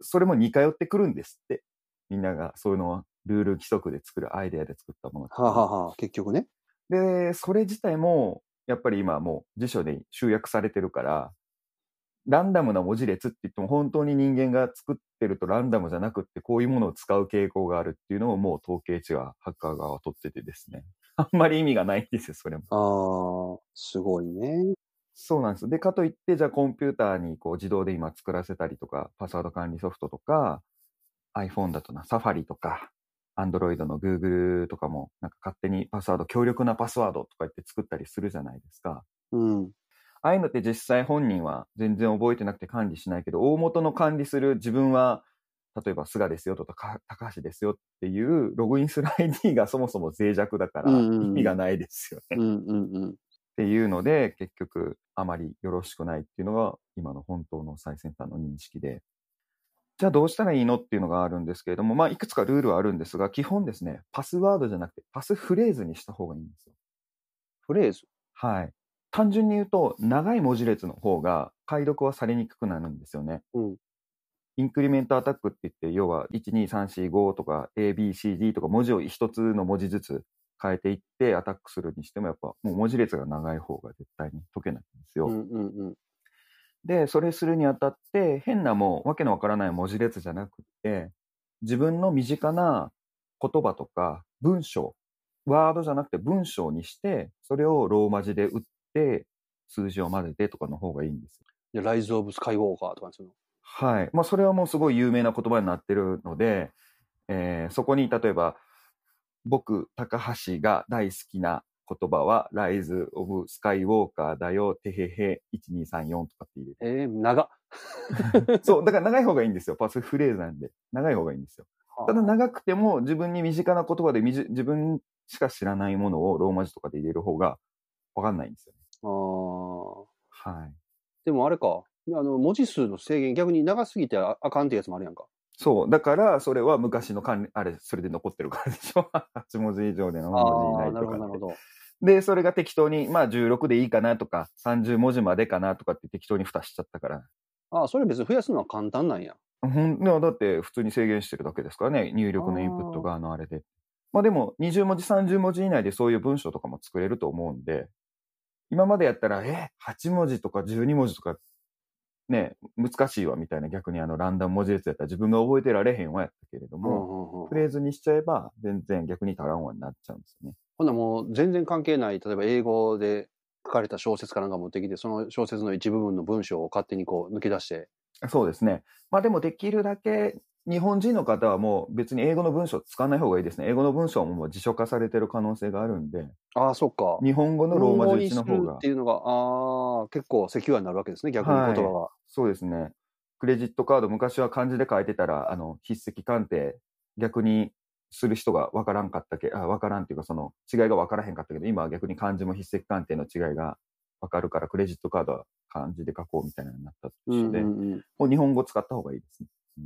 [SPEAKER 1] それも似通ってくるんですって。みんながそういうのはルール規則で作る、アイデアで作ったものって
[SPEAKER 2] はあ、はあはあ、結局ね。
[SPEAKER 1] で、それ自体も、やっぱり今もう辞書で集約されてるから、ランダムな文字列って言っても本当に人間が作ってるとランダムじゃなくってこういうものを使う傾向があるっていうのをもう統計値はハッカー側は取っててですね。 あんまり意味がないんですよ、それも。
[SPEAKER 2] ああ、すごいね。
[SPEAKER 1] そうなんです。で、かといって、じゃあコンピューターにこう自動で今作らせたりとか、パスワード管理ソフトとか、iPhone だとな、サファリとか、Android の Google とかも、なんか勝手にパスワード、強力なパスワードとか言って作ったりするじゃないですか。
[SPEAKER 2] うん。
[SPEAKER 1] ああいうのって実際本人は全然覚えてなくて管理しないけど、大元の管理する自分は、例えば菅ですよとか高橋ですよっていうログインする ID がそ もそも脆弱だから
[SPEAKER 2] う
[SPEAKER 1] 意
[SPEAKER 2] んうんうん
[SPEAKER 1] 味がないですよね。
[SPEAKER 2] うんうんうん。
[SPEAKER 1] っていうので、結局あまりよろしくないっていうのが今の本当の最先端の認識で。じゃあどうしたらいいのっていうのがあるんですけれども、まあいくつかルールはあるんですが、基本ですね、パスワードじゃなくてパスフレーズにした方がいいんですよ。
[SPEAKER 2] フレーズ。
[SPEAKER 1] はい。単純に言うと、長い文字列の方が解読はされにくくなるんですよね。
[SPEAKER 2] うん
[SPEAKER 1] インクリメントアタックって言って、要は、1、2、3、4、5とか、A、B、C、D とか、文字を一つの文字ずつ変えていってアタックするにしても、やっぱ、もう文字列が長い方が絶対に解けないんですよ。
[SPEAKER 2] うんうんうん。
[SPEAKER 1] で、それするにあたって、変なもう、わけのわからない文字列じゃなくって、自分の身近な言葉とか文章、ワードじゃなくて文章にして、それをローマ字で打って、数字を混ぜてとかの方がいいんですよ。
[SPEAKER 2] で、ライズ・オブ・スカイ・ウォーカーとかにするの。
[SPEAKER 1] はい。まあ、それはもうすごい有名な言葉になってるので、えーそこに例えば、僕、高橋が大好きな言葉は、ライズ・オブ・スカイ・ウォーカーだよ、てへへ、1234とかって入れて
[SPEAKER 2] ええ長っ。
[SPEAKER 1] そう、だから長い方がいいんですよ。パスフレーズなんで。長い方がいいんですよ。ただ
[SPEAKER 2] はあ
[SPEAKER 1] 長くても自分に身近な言葉でみじ自分しか知らないものをローマ字とかで入れる方がわかんないんですよね。
[SPEAKER 2] あー。
[SPEAKER 1] はい。
[SPEAKER 2] でもあれか。あの、文字数の制限、逆に長すぎてああかんってやつもあるやんか。
[SPEAKER 1] そう。だから、それは昔の管理、あれ、それで残ってるからでしょ。8文字以上で7
[SPEAKER 2] あ
[SPEAKER 1] 文字
[SPEAKER 2] あ
[SPEAKER 1] 以
[SPEAKER 2] ー、
[SPEAKER 1] 内
[SPEAKER 2] な
[SPEAKER 1] と
[SPEAKER 2] るほ
[SPEAKER 1] かっ
[SPEAKER 2] ど、な
[SPEAKER 1] て
[SPEAKER 2] るほど。
[SPEAKER 1] で、それが適当に、まあ16でいいかなとか、30文字までかなとかって適当に蓋しちゃったから。
[SPEAKER 2] ああ、それ別に増やすのは簡単なんや。
[SPEAKER 1] ほんでもだって普通に制限してるだけですからね、入力のインプット側のあれで。まあでも、20文字、30文字以内でそういう文章とかも作れると思うんで、今までやったら、え、8文字とか12文字とか、ね、難しいわみたいな逆にあのランダム文字列やったら自分が覚えてられへんわやったけれど
[SPEAKER 2] うん
[SPEAKER 1] も、
[SPEAKER 2] うんうん
[SPEAKER 1] フレーズにしちゃえば全然逆に足らんわになっちゃうんですよね。
[SPEAKER 2] ほんならもう全然関係ない、例えば英語で書かれた小説かなんか持ってきて、その小説の一部分の文章を勝手にこう抜け出して、
[SPEAKER 1] そうですね。まあでもできるだけ日本人の方はもう別に英語の文章使わない方がいいですね。英語の文章ももう辞書化されてる可能性があるんで、
[SPEAKER 2] ああ、そうか。
[SPEAKER 1] 日本語のローマ字打ちの方
[SPEAKER 2] 日本語にする
[SPEAKER 1] が
[SPEAKER 2] って。いうのが、ああ、結構セキュアになるわけですね、逆に言葉が。
[SPEAKER 1] そうですね。クレジットカード、昔は漢字で書いてたら、あの、筆跡鑑定、逆にする人がわからんかったけ、あ、わからんっていうか、その違いがわからへんかったけど、今は逆に漢字も筆跡鑑定の違いがわかるから、クレジットカードは漢字で書こうみたいなのになったと
[SPEAKER 2] うん
[SPEAKER 1] 一緒
[SPEAKER 2] う
[SPEAKER 1] で、
[SPEAKER 2] んうん。
[SPEAKER 1] もう日本語使った方がいいですね。うん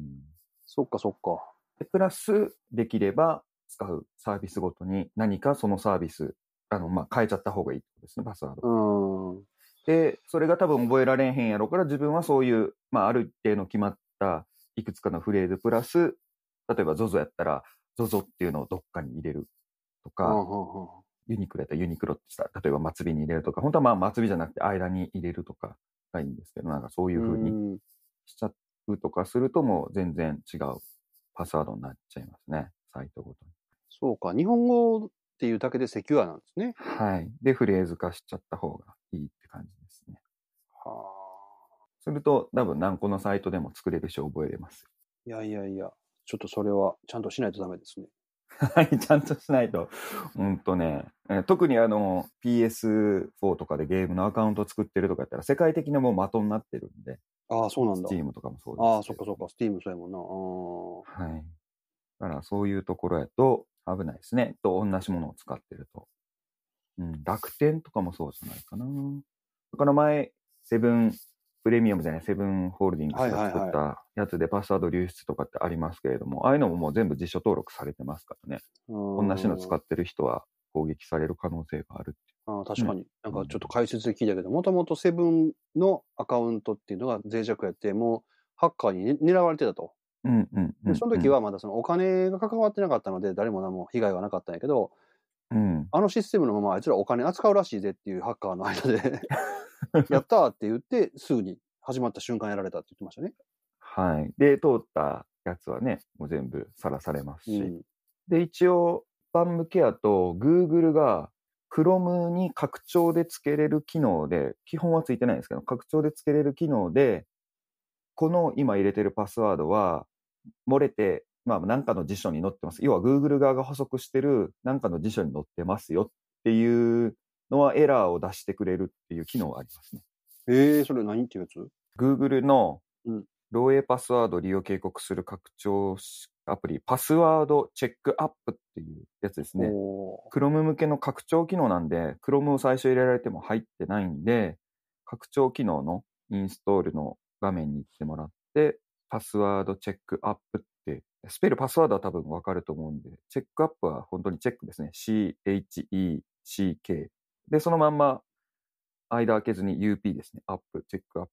[SPEAKER 2] そっか、そっか。
[SPEAKER 1] で、プラス、できれば使うサービスごとに何かそのサービス、あの、まあ、変えちゃった方がいいってことですね、パスワード。
[SPEAKER 2] うん。
[SPEAKER 1] で、それが多分覚えられへんやろから、自分はそういう、まあ、ある一定の決まったいくつかのフレーズプラス、例えば ZOZO やったら、ZOZO っていうのをどっかに入れると
[SPEAKER 2] う
[SPEAKER 1] か、
[SPEAKER 2] んうんうん
[SPEAKER 1] ユニクロやったらユニクロってしたら、例えば末尾に入れるとか、本当はまあ、末尾じゃなくて間に入れるとかがいいんですけど、なんかそういうふうに
[SPEAKER 2] うん
[SPEAKER 1] しちゃうとかすると、もう全然違うパスワードになっちゃいますね、サイトごとに。
[SPEAKER 2] そうか、日本語っていうだけでセキュアなんですね。
[SPEAKER 1] はい。で、フレーズ化しちゃった方がいいって感じですね。
[SPEAKER 2] はあ。
[SPEAKER 1] すると、多分何個のサイトでも作れるし覚えれます。
[SPEAKER 2] いやいやいや、ちょっとそれはちゃんとしないとダメですね。
[SPEAKER 1] はい、ちゃんとしないと。ほんとね。えー特にあの、PS4 とかでゲームのアカウント作ってるとかやったら、世界的なもう的になってるんで、
[SPEAKER 2] ああ、そうなんだ。
[SPEAKER 1] Steam とかもそうですけど。
[SPEAKER 2] ああ、そっかそっか、スティームそうやもんな。あ
[SPEAKER 1] はい。だからそういうところやと危ないですね。と同じものを使ってると。うん、楽天とかもそうじゃないかな。だから前、セブンプレミアムじゃない、セブンホールディングスが作
[SPEAKER 2] はい
[SPEAKER 1] っ
[SPEAKER 2] は
[SPEAKER 1] たやつでパスワード流出とかってありますけれども、ああいうのももう全部辞書登録されてますからね。
[SPEAKER 2] あうん。
[SPEAKER 1] 同じの使ってる人は攻撃される可能性があるって
[SPEAKER 2] あー確かに、なんかちょっと解説で聞いたけど、もともとセブンのアカウントっていうのが脆弱やって、もうハッカーにね、狙われてたと。
[SPEAKER 1] うんうんうんうん、
[SPEAKER 2] でその時はまだそのお金が関わってなかったので、誰も何も被害はなかったんやけど、
[SPEAKER 1] うん、
[SPEAKER 2] あのシステムのままあいつらお金扱うらしいぜっていうハッカーの間 でやったーって言って、すぐに始まった瞬間やられたって言ってましたね。
[SPEAKER 1] はい。で、通ったやつはね、もう全部さらされます し。
[SPEAKER 2] うん
[SPEAKER 1] で、一応、一般向けやと、Google が Chrome に拡張で付けれる機能で、基本はついてないんですけど、拡張で付けれる機能で、この今入れてるパスワードは、漏れて、まあ、なんかの辞書に載ってます。要は Google 側が補足してる、なんかの辞書に載ってますよっていうのはエラーを出してくれるっていう機能がありますね。
[SPEAKER 2] えー、それ何っていうやつ
[SPEAKER 1] Google の
[SPEAKER 2] うん
[SPEAKER 1] 漏洩パスワード利用警告する拡張アプリ、パスワードチェックアップっていうやつですね。
[SPEAKER 2] お
[SPEAKER 1] Chrome 向けの拡張機能なんで、Chrome を最初入れられても入ってないんで、拡張機能のインストールの画面に行ってもらって、パスワードチェックアップって、スペルパスワードは多分わかると思うんで、チェックアップは本当にチェックですね。C-H-E-C-K。で、そのまんま、間開けずに UP ですね。アップ、チェックアッ
[SPEAKER 2] ー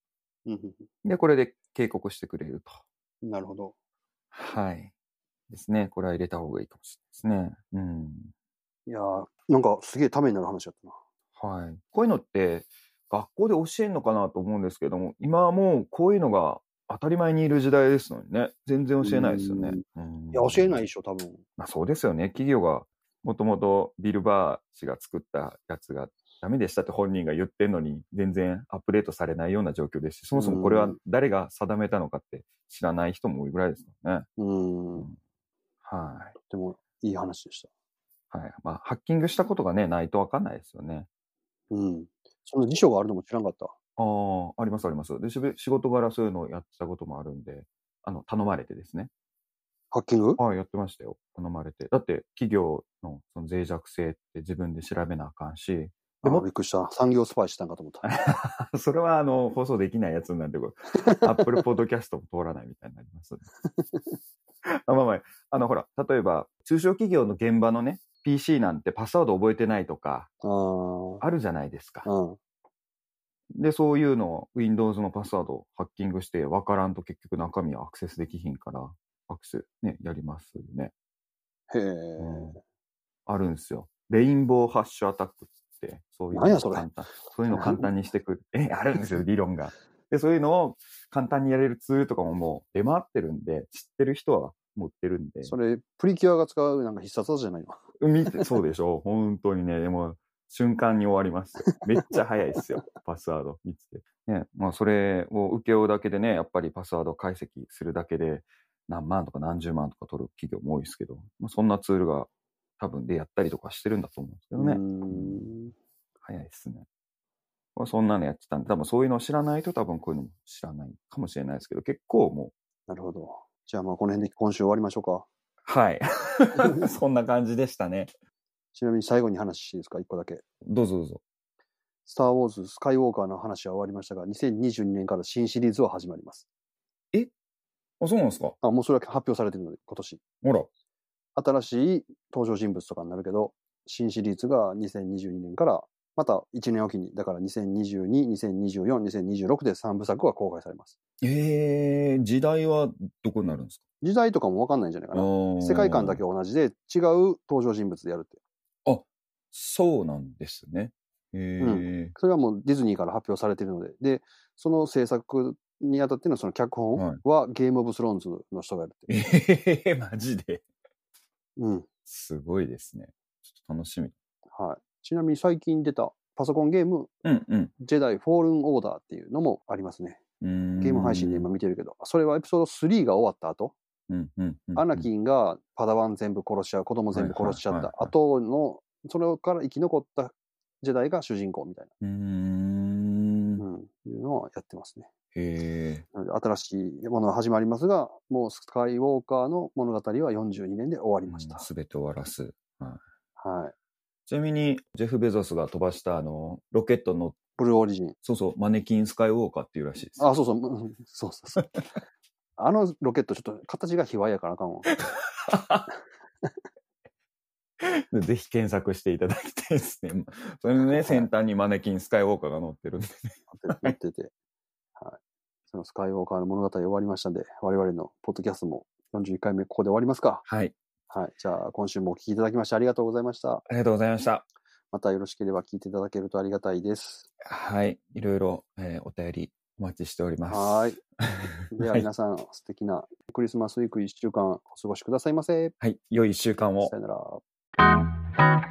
[SPEAKER 2] うん
[SPEAKER 1] プ。で、これで警告してくれると。
[SPEAKER 2] なるほど。
[SPEAKER 1] はい。ですね。これは入れた方がいいかもしれないですね。うん。
[SPEAKER 2] いやーなんかすげえためになる話だったな。
[SPEAKER 1] はい。こういうのって学校で教えんのかなと思うんですけども、今はもうこういうのが当たり前にいる時代ですのにね、全然教えないですよね。うん
[SPEAKER 2] いや、教えないで。しょ、多分。
[SPEAKER 1] まあそうですよね。企業がもともとビルバー氏が作ったやつがダメでしたって本人が言ってんのに、全然アップデートされないような状況ですし、そもそもこれは誰が定めたのかって知らない人も多いぐらいですもんね。
[SPEAKER 2] うん。
[SPEAKER 1] は
[SPEAKER 2] とってもいい話でした。
[SPEAKER 1] い。はい。まあ、ハッキングしたことがね、ないとわかんないですよね。
[SPEAKER 2] うん。その辞書があるのも知らんかった。
[SPEAKER 1] ああ、ありますあります。で、しべ仕事柄そういうのをやってたこともあるんで、あの、頼まれてですね。
[SPEAKER 2] ハッキング
[SPEAKER 1] はい、やってましたよ。頼まれて。だって、企業のその脆弱性って自分で調べなあかんし、で
[SPEAKER 2] でも
[SPEAKER 1] も
[SPEAKER 2] びっくりした。産業スパイしたんかと思っ た。
[SPEAKER 1] それはあの、放送できないやつになんてこう、アップルポッドキャストも通らないみたいになります。あまあまあ、あの、ほら、例えば、中小企業の現場のね、PC なんてパスワード覚えてないとか、
[SPEAKER 2] あー
[SPEAKER 1] あるじゃないですか。
[SPEAKER 2] うん。
[SPEAKER 1] で、そういうのを Windows のパスワードをハッキングして、わからんと結局中身はアクセスできひんから、アクセス、ね、やりますよね。
[SPEAKER 2] へ
[SPEAKER 1] うん
[SPEAKER 2] え。
[SPEAKER 1] あるんですよ。レインボーハッシュアタックっつって、そういう
[SPEAKER 2] 何
[SPEAKER 1] の
[SPEAKER 2] や
[SPEAKER 1] を
[SPEAKER 2] それ
[SPEAKER 1] 簡単、そういうのを簡単にして くる。え、あるんですよ、理論が。で、そういうのを簡単にやれるツールとかももう出回ってるんで、知ってる人は持ってるんで。
[SPEAKER 2] それ、プリキュアが使うなんか必殺技じゃないの。
[SPEAKER 1] 見て、そうでしょ。 本当にね、でも、瞬間に終わりますよ。めっちゃ早いです よ。パスワード見つけ。ね、まあ、それを受け負うだけでね、やっぱりパスワード解析するだけで、何万とか何十万とか取る企業も多いですけど、まあ、そんなツールが多分でやったりとかしてるんだと思うんですけどね。
[SPEAKER 2] うん
[SPEAKER 1] 早いですね。まあそんなのやってたんで、多分そういうのを知らないと多分こういうのも知らないかもしれないですけど、結構も
[SPEAKER 2] なるほど。じゃあまあこの辺で今週終わりましょうか。
[SPEAKER 1] う、 はい。そんな感じでしたね。
[SPEAKER 2] ちなみに最後に話していいですか、一個だけ。
[SPEAKER 1] どうぞどうぞ。
[SPEAKER 2] スター・ウォーズ・スカイウォーカーの話は終わりましたが、2022年から新シリーズは始まります。
[SPEAKER 1] あ、そうなんですか
[SPEAKER 2] あ、もうそれは発表されてるので、今年。
[SPEAKER 1] ほら。
[SPEAKER 2] 新しい登場人物とかになるけど、新シリーズが2022年から、また1年おきに、だから2022、2024、2026で3部作が公開されます。
[SPEAKER 1] えー、時代はどこになるんですか
[SPEAKER 2] 時代とかもわかんないんじゃないかな。世界観だけ
[SPEAKER 1] を。
[SPEAKER 2] は同じで、違う登場人物でやるって。
[SPEAKER 1] そうなんですね。えー
[SPEAKER 2] それはもうディズニーから発表されているので、で、その制作にあたってのその脚
[SPEAKER 1] はい
[SPEAKER 2] 本はゲームオブスローンズの人がやるって。
[SPEAKER 1] えー、マジで。
[SPEAKER 2] うん。
[SPEAKER 1] すごいですね。ちょっと楽しみ。
[SPEAKER 2] はい。ちなみに最近出たパソコンゲーム、
[SPEAKER 1] うんうん。
[SPEAKER 2] ジェダイ・フォールン・オーダーっていうのもありますね。
[SPEAKER 1] うーん
[SPEAKER 2] ゲーム配信で今見てるけど、それはエピソード3が終わった後、
[SPEAKER 1] うんうんうん、
[SPEAKER 2] アナキンがパダワン全部殺しちゃう、子供全部殺しちゃ
[SPEAKER 1] はい
[SPEAKER 2] っ
[SPEAKER 1] はい
[SPEAKER 2] た
[SPEAKER 1] はいはい
[SPEAKER 2] 後の、それから生き残ったジェダイが主人公みたいな、
[SPEAKER 1] うーん。
[SPEAKER 2] うん、いうのはやってますね。
[SPEAKER 1] へえ。
[SPEAKER 2] なので新しいものが始まりますが、もうスカイウォーカーの物語は42年で終わりました。
[SPEAKER 1] すべて終わらす。
[SPEAKER 2] はい。
[SPEAKER 1] ちなみに、ジェフ・ベゾスが飛ばしたあの、ロケットの、
[SPEAKER 2] ブルーオリジン。
[SPEAKER 1] そうそう、マネキン・スカイウォーカーっていうらしいです。
[SPEAKER 2] あ、そうそう、うんそうそ うそう。あのロケットちょっと形が卑猥やからあかんわ。
[SPEAKER 1] ぜひ検索していただきたいですね。 まそれの
[SPEAKER 2] は
[SPEAKER 1] ね、
[SPEAKER 2] い
[SPEAKER 1] 先端にマネキン・スカイウォーカーが乗ってるんで。
[SPEAKER 2] やってて。はい。そのスカイウォーカーの物語終わりましたんで、我々のポッドキャストも41回目ここで終わりますか。
[SPEAKER 1] はい。
[SPEAKER 2] はい。じゃあ今週もお聞きいただきましてありがとうございました。
[SPEAKER 1] ありがとうございました。
[SPEAKER 2] またよろしければ聞いていただけるとありがたいです。
[SPEAKER 1] はい。いろいろ、えーお便りお待ちしております。
[SPEAKER 2] はーい。では
[SPEAKER 1] はい。
[SPEAKER 2] 皆さん、素敵なクリスマスウィーク1週間お過ごしくださいませ。
[SPEAKER 1] はい。良い一週間を
[SPEAKER 2] さ。よなら。
[SPEAKER 3] 「